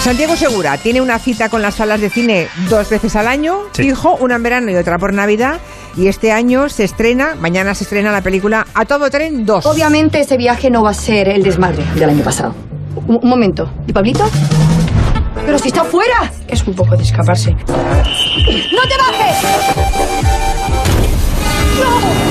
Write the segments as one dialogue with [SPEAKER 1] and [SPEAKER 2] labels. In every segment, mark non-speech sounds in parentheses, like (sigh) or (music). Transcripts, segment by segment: [SPEAKER 1] Santiago Segura tiene una cita con las salas de cine dos veces al año,
[SPEAKER 2] Sí.
[SPEAKER 1] fijo, una en verano y otra por Navidad. Y este año se estrena, mañana se estrena la película A Todo Tren 2.
[SPEAKER 3] Obviamente ese viaje no va a ser el desmadre del año pasado. Un, un momento. ¿Y Pablito? ¡Pero si está fuera! Es un poco de escaparse. ¡No te bajes! ¡No!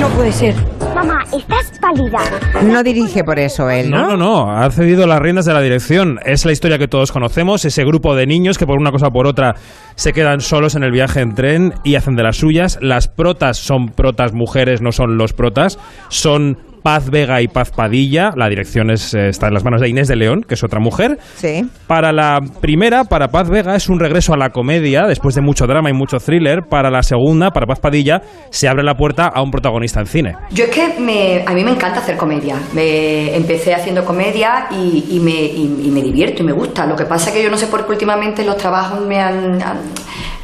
[SPEAKER 3] No puede ser.
[SPEAKER 4] Mamá, estás pálida.
[SPEAKER 1] No dirige por eso él, ¿no?
[SPEAKER 2] No, no, no. Ha cedido las riendas de la dirección. Es la historia que todos conocemos, ese grupo de niños que por una cosa o por otra se quedan solos en el viaje en tren y hacen de las suyas. Las protas son protas mujeres, no son los protas. Son Paz Vega y Paz Padilla. La dirección es, eh, está en las manos de Inés de León, que es otra mujer.
[SPEAKER 1] Sí.
[SPEAKER 2] Para la primera, para Paz Vega, es un regreso a la comedia después de mucho drama y mucho thriller. Para la segunda, para Paz Padilla, se abre la puerta a un protagonista en cine.
[SPEAKER 3] Yo es que me- a mí me encanta hacer comedia. Me empecé haciendo comedia y, y me, y- y me divierto y me gusta. Lo que pasa que yo no sé por qué últimamente los trabajos me han... han-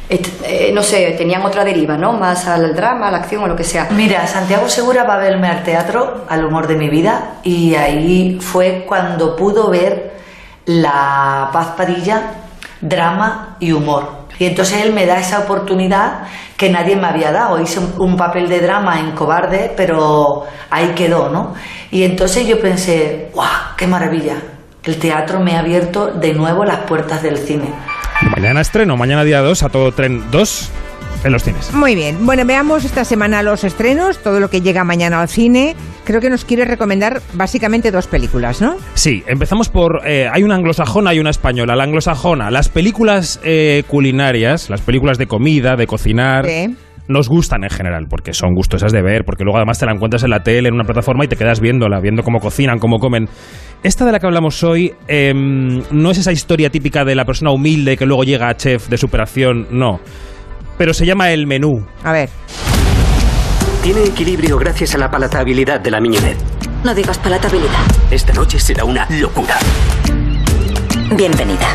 [SPEAKER 3] est- eh, no sé, tenían otra deriva, ¿no? Más al drama, a la acción o lo que sea.
[SPEAKER 5] Mira, Santiago Segura va a verme al teatro, al humor de mi vida, y ahí fue cuando pudo ver la Paz Padilla, drama y humor. Y entonces él me da esa oportunidad que nadie me había dado. Hice un, un papel de drama en Cobarde, pero ahí quedó, ¿no? Y entonces yo pensé, ¡guau! ¡Qué maravilla! El teatro me ha abierto de nuevo las puertas del cine.
[SPEAKER 2] Mañana estreno, mañana día 2, a todo tren 2 en los cines.
[SPEAKER 1] Muy bien. Bueno, veamos esta semana los estrenos, todo lo que llega mañana al cine. Creo que nos quiere recomendar básicamente dos películas, ¿no?
[SPEAKER 2] Sí, empezamos por... eh, hay una anglosajona y una española. La anglosajona, las películas eh, culinarias, las películas de comida, de cocinar...
[SPEAKER 1] Sí.
[SPEAKER 2] Nos gustan en general, porque son gustosas de ver, porque luego además te la encuentras en la tele, en una plataforma y te quedas viéndola, viendo cómo cocinan, cómo comen. Esta de la que hablamos hoy em, no es esa historia típica de la persona humilde que luego llega a chef de superación, no. Pero se llama El Menú.
[SPEAKER 1] A ver.
[SPEAKER 6] Tiene equilibrio gracias a la palatabilidad de la miñonet.
[SPEAKER 7] No digas palatabilidad.
[SPEAKER 6] Esta noche será una locura.
[SPEAKER 7] Bienvenida.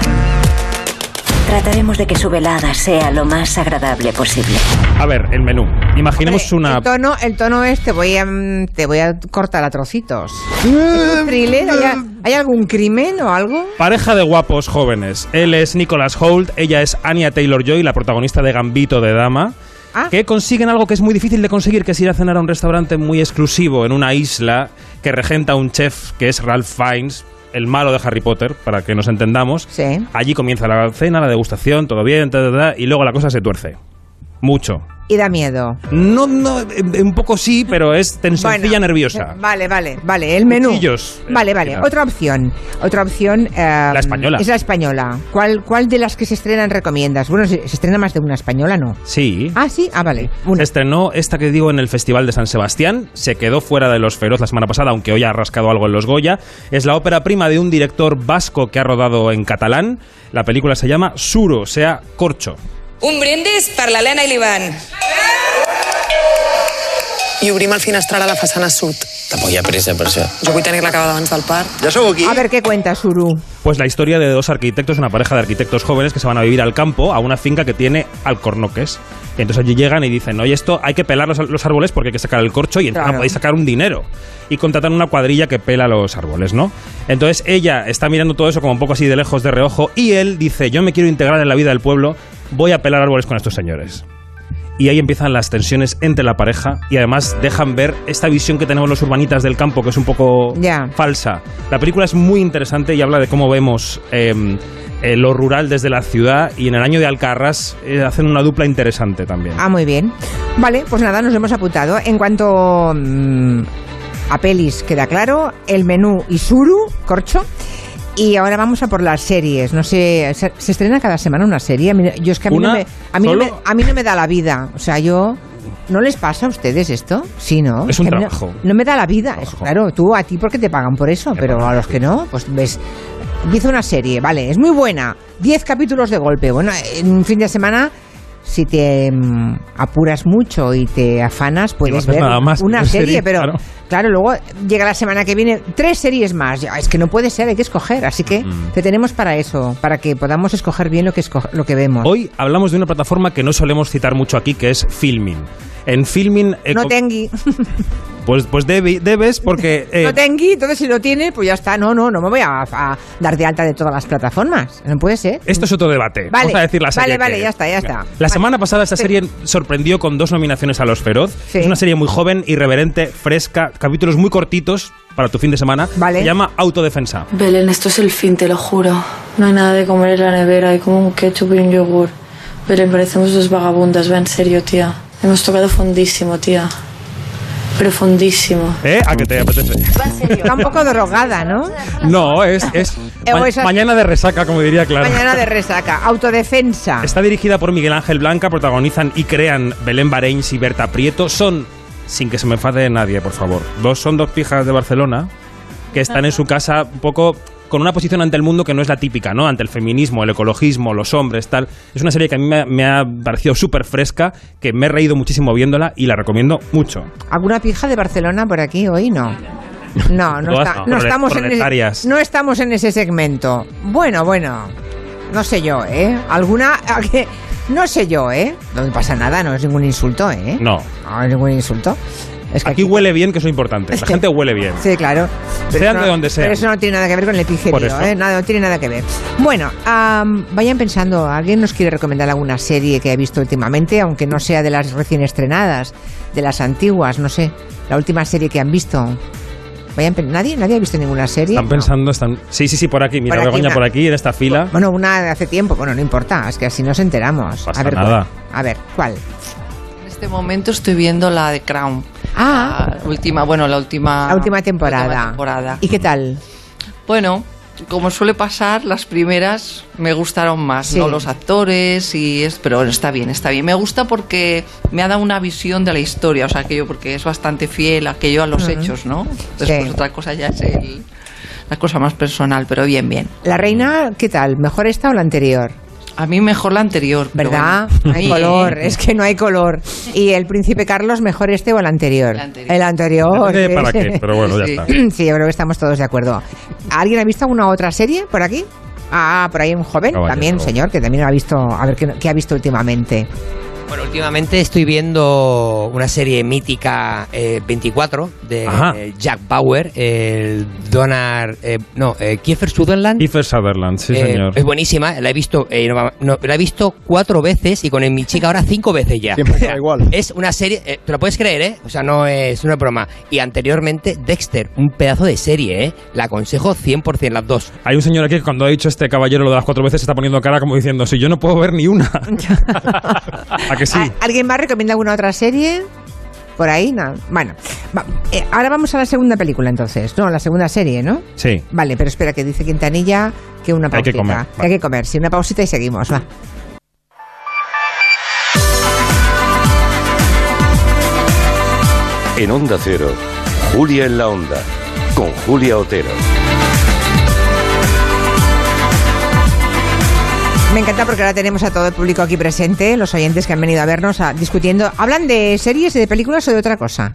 [SPEAKER 7] Trataremos de que su velada sea lo más agradable posible.
[SPEAKER 2] A ver, El Menú. Imaginemos
[SPEAKER 1] Hombre,
[SPEAKER 2] una...
[SPEAKER 1] El tono, el tono es te voy a, mm, te voy a cortar a trocitos.
[SPEAKER 2] Eh,
[SPEAKER 1] ¿Es un thriller? ¿Hay, a- hay algún crimen o algo?
[SPEAKER 2] Pareja de guapos jóvenes. Él es Nicholas Holt, ella es Anya Taylor-Joy, la protagonista de Gambito de Dama.
[SPEAKER 1] Ah.
[SPEAKER 2] Que consiguen algo que es muy difícil de conseguir, que es ir a cenar a un restaurante muy exclusivo en una isla que regenta un chef que es Ralph Fiennes, el malo de Harry Potter, para que nos entendamos.
[SPEAKER 1] Sí.
[SPEAKER 2] Allí comienza la cena, la degustación, todo bien, ta, ta, ta, y luego la cosa se tuerce. Mucho.
[SPEAKER 1] Y da miedo.
[SPEAKER 2] No, no, eh, eh, un poco sí, pero es tensioncilla
[SPEAKER 1] Bueno, eh,
[SPEAKER 2] nerviosa.
[SPEAKER 1] Vale, vale, vale. El menú.
[SPEAKER 2] Cuchillos. eh,
[SPEAKER 1] Vale, vale.
[SPEAKER 2] Claro.
[SPEAKER 1] Otra opción. Otra opción. la
[SPEAKER 2] española.
[SPEAKER 1] Es la española. ¿Cuál, ¿Cuál de las que se estrenan recomiendas? Bueno, se, se estrena más de una española, ¿no?
[SPEAKER 2] Sí.
[SPEAKER 1] Ah, sí. Ah, vale. Una.
[SPEAKER 2] Se estrenó esta que digo en el Festival de San Sebastián, se quedó fuera de los feroz la semana pasada, aunque hoy ha rascado algo en los Goya. Es la ópera prima de un director vasco que ha rodado en catalán. La película se llama Suro, o sea, corcho.
[SPEAKER 8] Un brindis per l'Helena i l'Ivan. I obrim el finestral a la façana sud.
[SPEAKER 9] Tampoc hi ha pressa per això.
[SPEAKER 8] Jo vull tenir-la acabada abans del parc.
[SPEAKER 9] Ja sou aquí?
[SPEAKER 1] A ver qué cuenta, Suru.
[SPEAKER 2] Pues la historia de dos arquitectos, una pareja de arquitectos jóvenes que se van a vivir al campo, a una finca que tiene alcornoques. Y entonces allí llegan y dicen, oye, esto hay que pelar los, los árboles porque hay que sacar el corcho y entonces ah,
[SPEAKER 1] Claro.
[SPEAKER 2] podéis sacar un dinero. Y contratan una cuadrilla que pela los árboles, ¿no? Entonces ella está mirando todo eso como un poco así de lejos, de reojo, y él dice, yo me quiero integrar en la vida del pueblo, voy a pelar árboles con estos señores. Y ahí empiezan las tensiones entre la pareja y además dejan ver esta visión que tenemos los urbanitas del campo, que es un poco
[SPEAKER 1] Ya.
[SPEAKER 2] falsa. La película es muy interesante y habla de cómo vemos eh, eh, lo rural desde la ciudad y en el año de Alcarras eh, hacen una dupla interesante también.
[SPEAKER 1] Ah, muy bien. Vale, pues nada, nos hemos apuntado. En cuanto mm, a pelis queda claro, el menú Isuru, corcho. Y ahora vamos a por las series. No sé, se, se estrena cada semana una serie. A mí- yo es que a mí, no
[SPEAKER 2] ¿Una?
[SPEAKER 1] me, a, mí no
[SPEAKER 2] ¿Solo?
[SPEAKER 1] me, a mí no me da la vida. O sea, yo... ¿No les pasa a ustedes esto? Sí, ¿no?
[SPEAKER 2] Es un
[SPEAKER 1] que a mí no-
[SPEAKER 2] trabajo.
[SPEAKER 1] No, me da la vida. Es-
[SPEAKER 2] Trabajo.
[SPEAKER 1] claro, tú a ti porque te pagan por eso, pero a los que no, pues ves... Empieza una serie, vale, es muy buena. Diez capítulos de golpe. Bueno, en un fin de semana si te mm, apuras mucho y te afanas,
[SPEAKER 2] no
[SPEAKER 1] puedes
[SPEAKER 2] haces
[SPEAKER 1] ver
[SPEAKER 2] nada más que
[SPEAKER 1] una
[SPEAKER 2] ver
[SPEAKER 1] serie,
[SPEAKER 2] serie,
[SPEAKER 1] pero
[SPEAKER 2] claro.
[SPEAKER 1] claro. luego llega la semana que viene tres series más. Ya, Es que no puede ser, hay que escoger, así que
[SPEAKER 2] Mm.
[SPEAKER 1] te tenemos para eso, para que podamos escoger bien lo que esco- lo que vemos.
[SPEAKER 2] Hoy hablamos de una plataforma que no solemos citar mucho aquí, que es Filmin. En filming... eh,
[SPEAKER 1] No
[SPEAKER 2] co-
[SPEAKER 1] tengui. (laughs)
[SPEAKER 2] Pues, pues debi- debes porque... eh,
[SPEAKER 1] No tengui, entonces si lo tiene, pues ya está. No, no, no me voy a, a dar de alta de todas las plataformas. No puede ser.
[SPEAKER 2] Esto es otro debate.
[SPEAKER 1] Vale,
[SPEAKER 2] Vamos a decir la
[SPEAKER 1] vale,
[SPEAKER 2] serie.
[SPEAKER 1] vale,
[SPEAKER 2] que-
[SPEAKER 1] ya está, ya está.
[SPEAKER 2] La
[SPEAKER 1] Vale.
[SPEAKER 2] semana pasada esta
[SPEAKER 1] Sí.
[SPEAKER 2] serie sorprendió con dos nominaciones a Los Feroz.
[SPEAKER 1] Sí.
[SPEAKER 2] Es una serie muy joven, irreverente, fresca, capítulos muy cortitos para tu fin de semana.
[SPEAKER 1] Vale.
[SPEAKER 2] Se llama Autodefensa.
[SPEAKER 9] Belén, esto es el fin, te lo juro. No hay nada de comer en la nevera, hay como un ketchup y un yogur. Belén, parecemos dos vagabundas, va en serio, tía. Hemos tocado fondísimo, tía. Pero fondísimo.
[SPEAKER 2] ¿Eh? ¿A que te apetece?
[SPEAKER 1] Está un poco drogada, ¿no?
[SPEAKER 2] No, es, es
[SPEAKER 1] Eh, (laughs)
[SPEAKER 2] ma-
[SPEAKER 1] o esas-
[SPEAKER 2] mañana de resaca, como diría Clara.
[SPEAKER 1] Mañana de resaca. Autodefensa.
[SPEAKER 2] Está dirigida por Miguel Ángel Blanca, protagonizan y crean Belén Bareins y Berta Prieto. Son, sin que se me enfade nadie, por favor, dos son dos pijas de Barcelona que están en su casa un poco con una posición ante el mundo que no es la típica, ¿no? Ante el feminismo, el ecologismo, los hombres, tal. Es una serie que a mí me, me ha parecido súper fresca, que me he reído muchísimo viéndola y la recomiendo mucho.
[SPEAKER 1] ¿Alguna pija de Barcelona por aquí hoy? No. No, no,
[SPEAKER 2] Todas
[SPEAKER 1] está-
[SPEAKER 2] no,
[SPEAKER 1] no estamos en
[SPEAKER 2] proletarias.
[SPEAKER 1] ese, no estamos en ese segmento. Bueno, bueno. No sé yo, ¿eh? ¿Alguna? a que- No sé yo, ¿eh? No pasa nada, no es ningún insulto, ¿eh?
[SPEAKER 2] No.
[SPEAKER 1] No es ningún insulto. Es que
[SPEAKER 2] Aquí huele bien, que eso es importante. La gente huele bien.
[SPEAKER 1] Sí, claro.
[SPEAKER 2] Sean
[SPEAKER 1] eso no-
[SPEAKER 2] de donde sean.
[SPEAKER 1] Pero eso no tiene nada que ver con el
[SPEAKER 2] Por
[SPEAKER 1] epigerio,
[SPEAKER 2] eso.
[SPEAKER 1] ¿eh? Nada, no tiene nada que ver. Bueno, am, vayan pensando, ¿alguien nos quiere recomendar alguna serie que ha visto últimamente, aunque no sea de las recién estrenadas, de las antiguas, no sé, la última serie que han visto? Vayan, pen- ¿Nadie? ¿Nadie ha visto ninguna serie?
[SPEAKER 2] Están pensando, están... Sí, sí, sí, por aquí. Mira,
[SPEAKER 1] Por aquí,
[SPEAKER 2] Begoña,
[SPEAKER 1] una-
[SPEAKER 2] por aquí, en esta fila.
[SPEAKER 1] No. Bueno, una de hace tiempo, bueno, no importa, es que así nos enteramos.
[SPEAKER 2] pasa
[SPEAKER 1] a ver,
[SPEAKER 2] nada.
[SPEAKER 1] cuál. a ver, ¿cuál?
[SPEAKER 9] En este momento estoy viendo la de Crown.
[SPEAKER 1] Ah.
[SPEAKER 9] La última, bueno, la última.
[SPEAKER 1] La última temporada.
[SPEAKER 9] Ah, última temporada.
[SPEAKER 1] ¿Y qué tal?
[SPEAKER 9] Bueno, como suele pasar, las primeras me gustaron más,
[SPEAKER 1] Sí.
[SPEAKER 9] no los actores y es, pero bueno, está bien, está bien. Me gusta porque me ha dado una visión de la historia, o sea, aquello porque es bastante fiel aquello a los hechos, ¿no? Después
[SPEAKER 1] Sí.
[SPEAKER 9] otra cosa ya es el- la cosa más personal, pero bien, bien.
[SPEAKER 1] ¿La reina qué tal? ¿Mejor esta o la anterior?
[SPEAKER 9] A mí mejor la anterior, pero
[SPEAKER 1] ¿Verdad?
[SPEAKER 9] bueno.
[SPEAKER 1] No hay
[SPEAKER 9] (laughs) Sí.
[SPEAKER 1] color, es que no hay color. ¿Y el príncipe Carlos mejor este o el anterior?
[SPEAKER 9] El anterior.
[SPEAKER 1] anterior,
[SPEAKER 2] Depende de para
[SPEAKER 1] sí. (laughs)
[SPEAKER 2] qué, pero bueno, ya
[SPEAKER 9] Sí.
[SPEAKER 2] está.
[SPEAKER 1] Sí, yo creo que estamos todos de acuerdo. ¿Alguien ha visto alguna otra serie por aquí? Ah, por ahí un joven,
[SPEAKER 2] Caballero.
[SPEAKER 1] también un señor, que también ha visto, a ver qué, qué ha visto últimamente.
[SPEAKER 10] Bueno, últimamente estoy viendo una serie mítica eh, 24 de
[SPEAKER 2] Ajá.
[SPEAKER 10] eh, Jack Bauer, el Donald, eh, no, eh, Kiefer Sutherland.
[SPEAKER 2] Kiefer Sutherland, sí,
[SPEAKER 10] Eh,
[SPEAKER 2] señor.
[SPEAKER 10] es buenísima, la he visto, eh, no va- no, la he visto cuatro veces y con el mi chica ahora cinco veces ya.
[SPEAKER 11] Siempre
[SPEAKER 10] O sea, (laughs)
[SPEAKER 11] queda igual.
[SPEAKER 10] Es una serie, eh, te lo puedes creer, ¿eh? O sea, no es una broma. Y anteriormente Dexter, un pedazo de serie, ¿eh? La aconsejo 100% las dos.
[SPEAKER 2] Hay un señor aquí que cuando ha dicho este caballero lo de las cuatro veces se está poniendo cara como diciendo, si yo no puedo ver
[SPEAKER 1] (laughs)
[SPEAKER 2] ni una. ¿A que sí?
[SPEAKER 1] ¿A- ¿Alguien más recomienda alguna otra serie? Por ahí, no. Bueno, va- eh, ahora vamos a la segunda película entonces, ¿no? La segunda serie, ¿no?
[SPEAKER 2] Sí.
[SPEAKER 1] Vale, pero espera, que dice Quintanilla que una
[SPEAKER 2] Hay
[SPEAKER 1] pausita.
[SPEAKER 2] que comer,
[SPEAKER 1] Que
[SPEAKER 2] vale.
[SPEAKER 1] hay que comer, sí, una pausita y seguimos, va.
[SPEAKER 6] En Onda Cero, Julia en la Onda, con Julia Otero.
[SPEAKER 1] Me encanta porque ahora tenemos a todo el público aquí presente, los oyentes que han venido a vernos a- discutiendo. ¿Hablan de series y de películas o de otra cosa?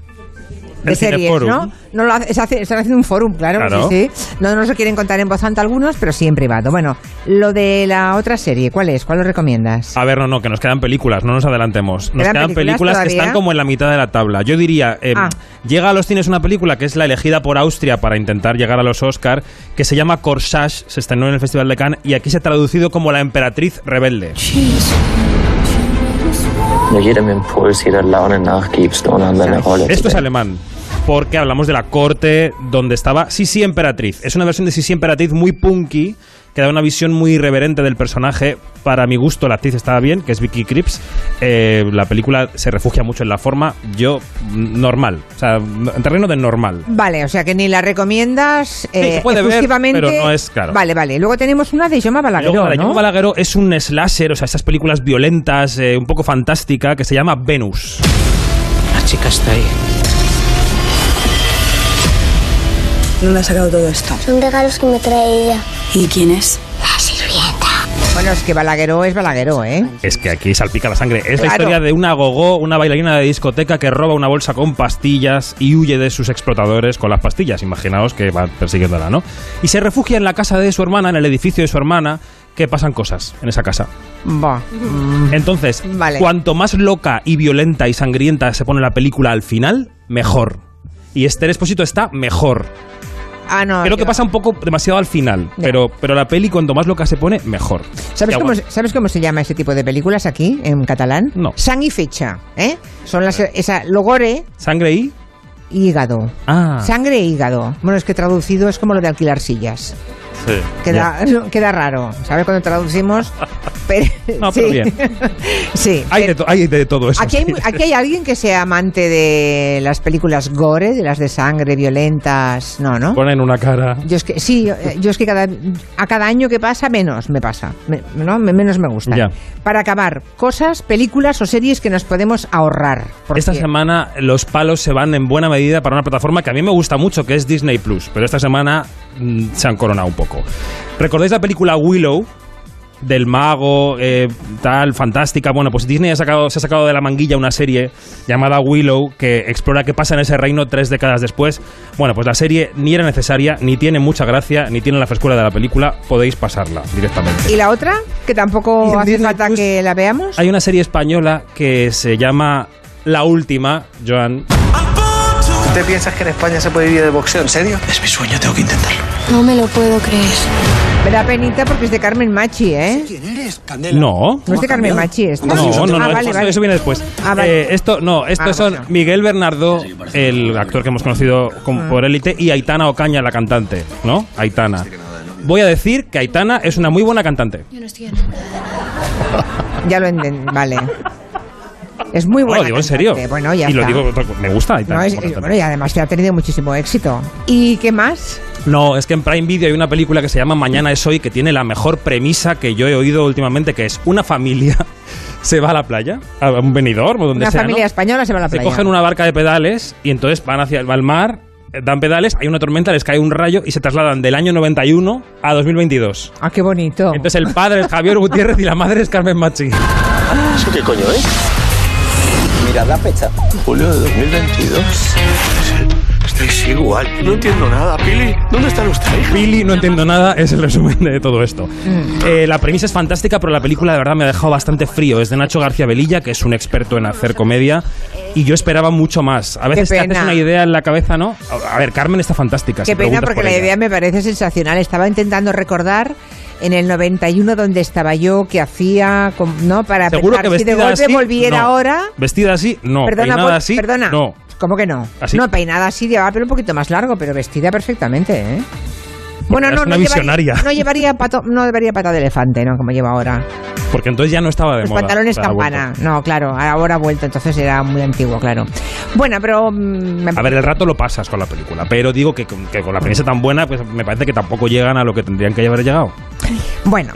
[SPEAKER 1] De
[SPEAKER 2] El
[SPEAKER 1] series,
[SPEAKER 2] Cineforum.
[SPEAKER 1] ¿no? no lo hace- se hace- están haciendo un forum, claro,
[SPEAKER 2] Claro.
[SPEAKER 1] Sí, sí. No nos lo quieren contar en voz alta algunos, pero sí en privado. Bueno, lo de la otra serie, ¿cuál es? ¿Cuál lo recomiendas?
[SPEAKER 2] A ver, no, no, que nos quedan películas, no nos adelantemos. Nos
[SPEAKER 1] ¿Quedan
[SPEAKER 2] quedan,
[SPEAKER 1] películas
[SPEAKER 2] películas, que
[SPEAKER 1] todavía?
[SPEAKER 2] están como en la mitad de la tabla. Yo diría, eh,
[SPEAKER 1] Ah.
[SPEAKER 2] llega a los cines una película que es la elegida por Austria para intentar llegar a los Oscar, que se llama Corsage, se estrenó en el Festival de Cannes y aquí se ha traducido como La Emperatriz Rebelde. Esto es alemán. Porque hablamos de la corte donde estaba Sisi Emperatriz. Es una versión de Sisi Emperatriz muy punky, que da una visión muy irreverente del personaje. Para mi gusto, la actriz estaba bien, que es Vicky Cripps. Eh, la película se refugia mucho en la forma. Yo, mm, normal. O sea, n- en terreno de normal.
[SPEAKER 1] Vale, o sea que ni la recomiendas eh,
[SPEAKER 2] se puede ver,
[SPEAKER 1] exclusivamente.
[SPEAKER 2] pero no es, claro.
[SPEAKER 1] Vale, vale. Luego tenemos una de Yoma Balagueró,
[SPEAKER 2] Luego, la de
[SPEAKER 1] ¿no?
[SPEAKER 2] Jaume Balagueró es un slasher, o sea, estas películas violentas, eh, un poco fantástica, que se llama Venus.
[SPEAKER 10] La chica está ahí.
[SPEAKER 8] ¿Dónde ha sacado todo esto?
[SPEAKER 4] Son regalos que me trae ella.
[SPEAKER 8] ¿Y quién es?
[SPEAKER 1] Bueno, es que Balagueró es Balagueró, ¿eh?
[SPEAKER 2] Es que aquí salpica la sangre. Es la
[SPEAKER 1] Claro.
[SPEAKER 2] historia de una gogó, una bailarina de discoteca que roba una bolsa con pastillas y huye de sus explotadores con las pastillas. Imaginaos que va persiguiéndola, ¿no? Y se refugia en la casa de su hermana, en el edificio de su hermana, que pasan cosas en esa casa.
[SPEAKER 1] Buah.
[SPEAKER 2] Entonces,
[SPEAKER 1] Mm. Vale.
[SPEAKER 2] cuanto más loca y violenta y sangrienta se pone la película al final, mejor. Y Esther Espósito está mejor.
[SPEAKER 1] Ah, no. yo-
[SPEAKER 2] Creo que pasa un poco demasiado al final, pero, pero la peli cuanto más loca se pone, mejor.
[SPEAKER 1] ¿Sabes
[SPEAKER 2] Ya,
[SPEAKER 1] cómo,
[SPEAKER 2] bueno.
[SPEAKER 1] sabes cómo se llama ese tipo de películas aquí, en catalán?
[SPEAKER 2] No.
[SPEAKER 1] Sang y fecha, ¿eh? Son las... Esa, logore,
[SPEAKER 2] ¿Sangre y?
[SPEAKER 1] hígado.
[SPEAKER 2] Ah.
[SPEAKER 1] Sangre e hígado. Bueno, es que traducido es como lo de alquilar sillas. Queda, (laughs) queda raro, ¿sabes? Cuando
[SPEAKER 2] (laughs)
[SPEAKER 1] traducimos... pero-
[SPEAKER 2] No, pero
[SPEAKER 1] sí.
[SPEAKER 2] bien.
[SPEAKER 1] (laughs) sí.
[SPEAKER 2] Hay de, to- hay de todo eso.
[SPEAKER 1] Aquí hay,
[SPEAKER 2] sí.
[SPEAKER 1] mu- aquí hay alguien que sea amante de las películas gore, de las de sangre violentas, no, ¿no?
[SPEAKER 2] Ponen una cara.
[SPEAKER 1] Yo es que sí, yo, eh, yo es que cada, a cada año que pasa menos me pasa, me- ¿no? Me- menos me gusta.
[SPEAKER 2] Ya.
[SPEAKER 1] Para acabar, cosas, películas o series que nos podemos ahorrar. porque-
[SPEAKER 2] Esta semana los palos se van en buena medida para una plataforma que a mí me gusta mucho, que es Disney Plus, pero esta semana mm, se han coronado un poco. ¿Recordáis la película Willow? Del mago, eh, tal, fantástica. Bueno, pues Disney ha sacado, se ha sacado de la manguilla una serie llamada Willow que explora qué pasa en ese reino tres décadas después. Bueno, pues la serie ni era necesaria, ni tiene mucha gracia, ni tiene la frescura de la película. Podéis pasarla directamente.
[SPEAKER 1] ¿Y la otra? Que tampoco hace falta que la veamos.
[SPEAKER 2] Hay una serie española que se llama La Última, Joan.
[SPEAKER 11] ¿Tú te piensas que en España se puede vivir de boxeo? ¿En serio? Es mi sueño, tengo que intentarlo.
[SPEAKER 1] No me lo puedo creer. Me da penita porque es de Carmen Machi, ¿eh?
[SPEAKER 2] No.
[SPEAKER 1] No es de Carmen Machi, esta.
[SPEAKER 2] No, no, no,
[SPEAKER 1] Ah,
[SPEAKER 2] eso-
[SPEAKER 1] vale,
[SPEAKER 2] eso,
[SPEAKER 1] vale.
[SPEAKER 2] viene después.
[SPEAKER 1] Ah, vale.
[SPEAKER 2] Eh, esto, no, estos
[SPEAKER 1] Ah,
[SPEAKER 2] son Miguel Bernardo, el actor que hemos conocido con-
[SPEAKER 1] Ah.
[SPEAKER 2] por élite, y Aitana Ocaña, la cantante, ¿no? Aitana. Voy a decir que Aitana es una muy buena cantante.
[SPEAKER 1] Yo no estoy Ya lo entiendo, vale. Es muy
[SPEAKER 2] No,
[SPEAKER 1] buena.
[SPEAKER 2] lo Oh, digo en serio.
[SPEAKER 1] cantante. Bueno, ya
[SPEAKER 2] y lo
[SPEAKER 1] está.
[SPEAKER 2] digo, me gusta Aitana.
[SPEAKER 1] No, es-
[SPEAKER 2] como cantante.
[SPEAKER 1] bueno, y además que ha tenido muchísimo éxito. ¿Y qué más?
[SPEAKER 2] No, es que en Prime Video hay una película que se llama Mañana es hoy que tiene la mejor premisa que yo he oído últimamente, que es una familia (laughs) se va a la playa, a un venidor o donde
[SPEAKER 1] Una
[SPEAKER 2] sea, ¿no?
[SPEAKER 1] familia española se va a la
[SPEAKER 2] Se
[SPEAKER 1] playa.
[SPEAKER 2] cogen una barca de pedales y entonces van hacia el al mar, eh, dan pedales, hay una tormenta, les cae un rayo y se trasladan del año 91 a 2022.
[SPEAKER 1] Ah, qué bonito.
[SPEAKER 2] Entonces el padre es Javier Gutiérrez y la madre es Carmen Machi.
[SPEAKER 11] ¿Eso qué coño es? Mirad la fecha. Julio de 2022. Estáis igual. No entiendo nada, Pili. ¿Dónde están ustedes?
[SPEAKER 2] Pili, no entiendo nada, es el resumen de todo esto.
[SPEAKER 1] Mm.
[SPEAKER 2] Eh, la premisa es fantástica, pero la película de verdad me ha dejado bastante frío. Es de Nacho García Velilla, que es un experto en hacer comedia, y yo esperaba mucho más. A veces
[SPEAKER 1] Qué
[SPEAKER 2] te haces
[SPEAKER 1] pena.
[SPEAKER 2] una idea en la cabeza, ¿no? A a ver, Carmen está fantástica. si
[SPEAKER 1] Qué pena
[SPEAKER 2] preguntas
[SPEAKER 1] porque
[SPEAKER 2] por
[SPEAKER 1] la
[SPEAKER 2] ella.
[SPEAKER 1] idea me parece sensacional. Estaba intentando recordar en el 91 donde estaba yo, qué hacía, com- ¿no? Para
[SPEAKER 2] Seguro
[SPEAKER 1] pensar
[SPEAKER 2] que
[SPEAKER 1] si de
[SPEAKER 2] vestida
[SPEAKER 1] golpe
[SPEAKER 2] así,
[SPEAKER 1] volviera
[SPEAKER 2] no.
[SPEAKER 1] ahora.
[SPEAKER 2] Vestida así, no.
[SPEAKER 1] perdona,
[SPEAKER 2] Peinada
[SPEAKER 1] por-
[SPEAKER 2] así,
[SPEAKER 1] perdona.
[SPEAKER 2] no.
[SPEAKER 1] ¿Cómo que no?
[SPEAKER 2] Así.
[SPEAKER 1] No, peinada así, llevaba pelo un poquito más largo, pero vestida perfectamente, ¿eh? Bueno,
[SPEAKER 2] eras
[SPEAKER 1] no,
[SPEAKER 2] una
[SPEAKER 1] no
[SPEAKER 2] visionaria.
[SPEAKER 1] llevaría, no llevaría pato, no llevaría pata de elefante, ¿no? Como lleva ahora.
[SPEAKER 2] Porque entonces ya no estaba de
[SPEAKER 1] Los
[SPEAKER 2] moda.
[SPEAKER 1] pantalones
[SPEAKER 2] Ahora ha vuelto.
[SPEAKER 1] campana. No, claro, ahora ha vuelto, entonces era muy antiguo, claro. Bueno, pero... mm, me-
[SPEAKER 2] A ver, el rato lo pasas con la película, pero digo que, con- que con la premisa tan buena, pues me parece que tampoco llegan a lo que tendrían que haber llegado.
[SPEAKER 1] Bueno,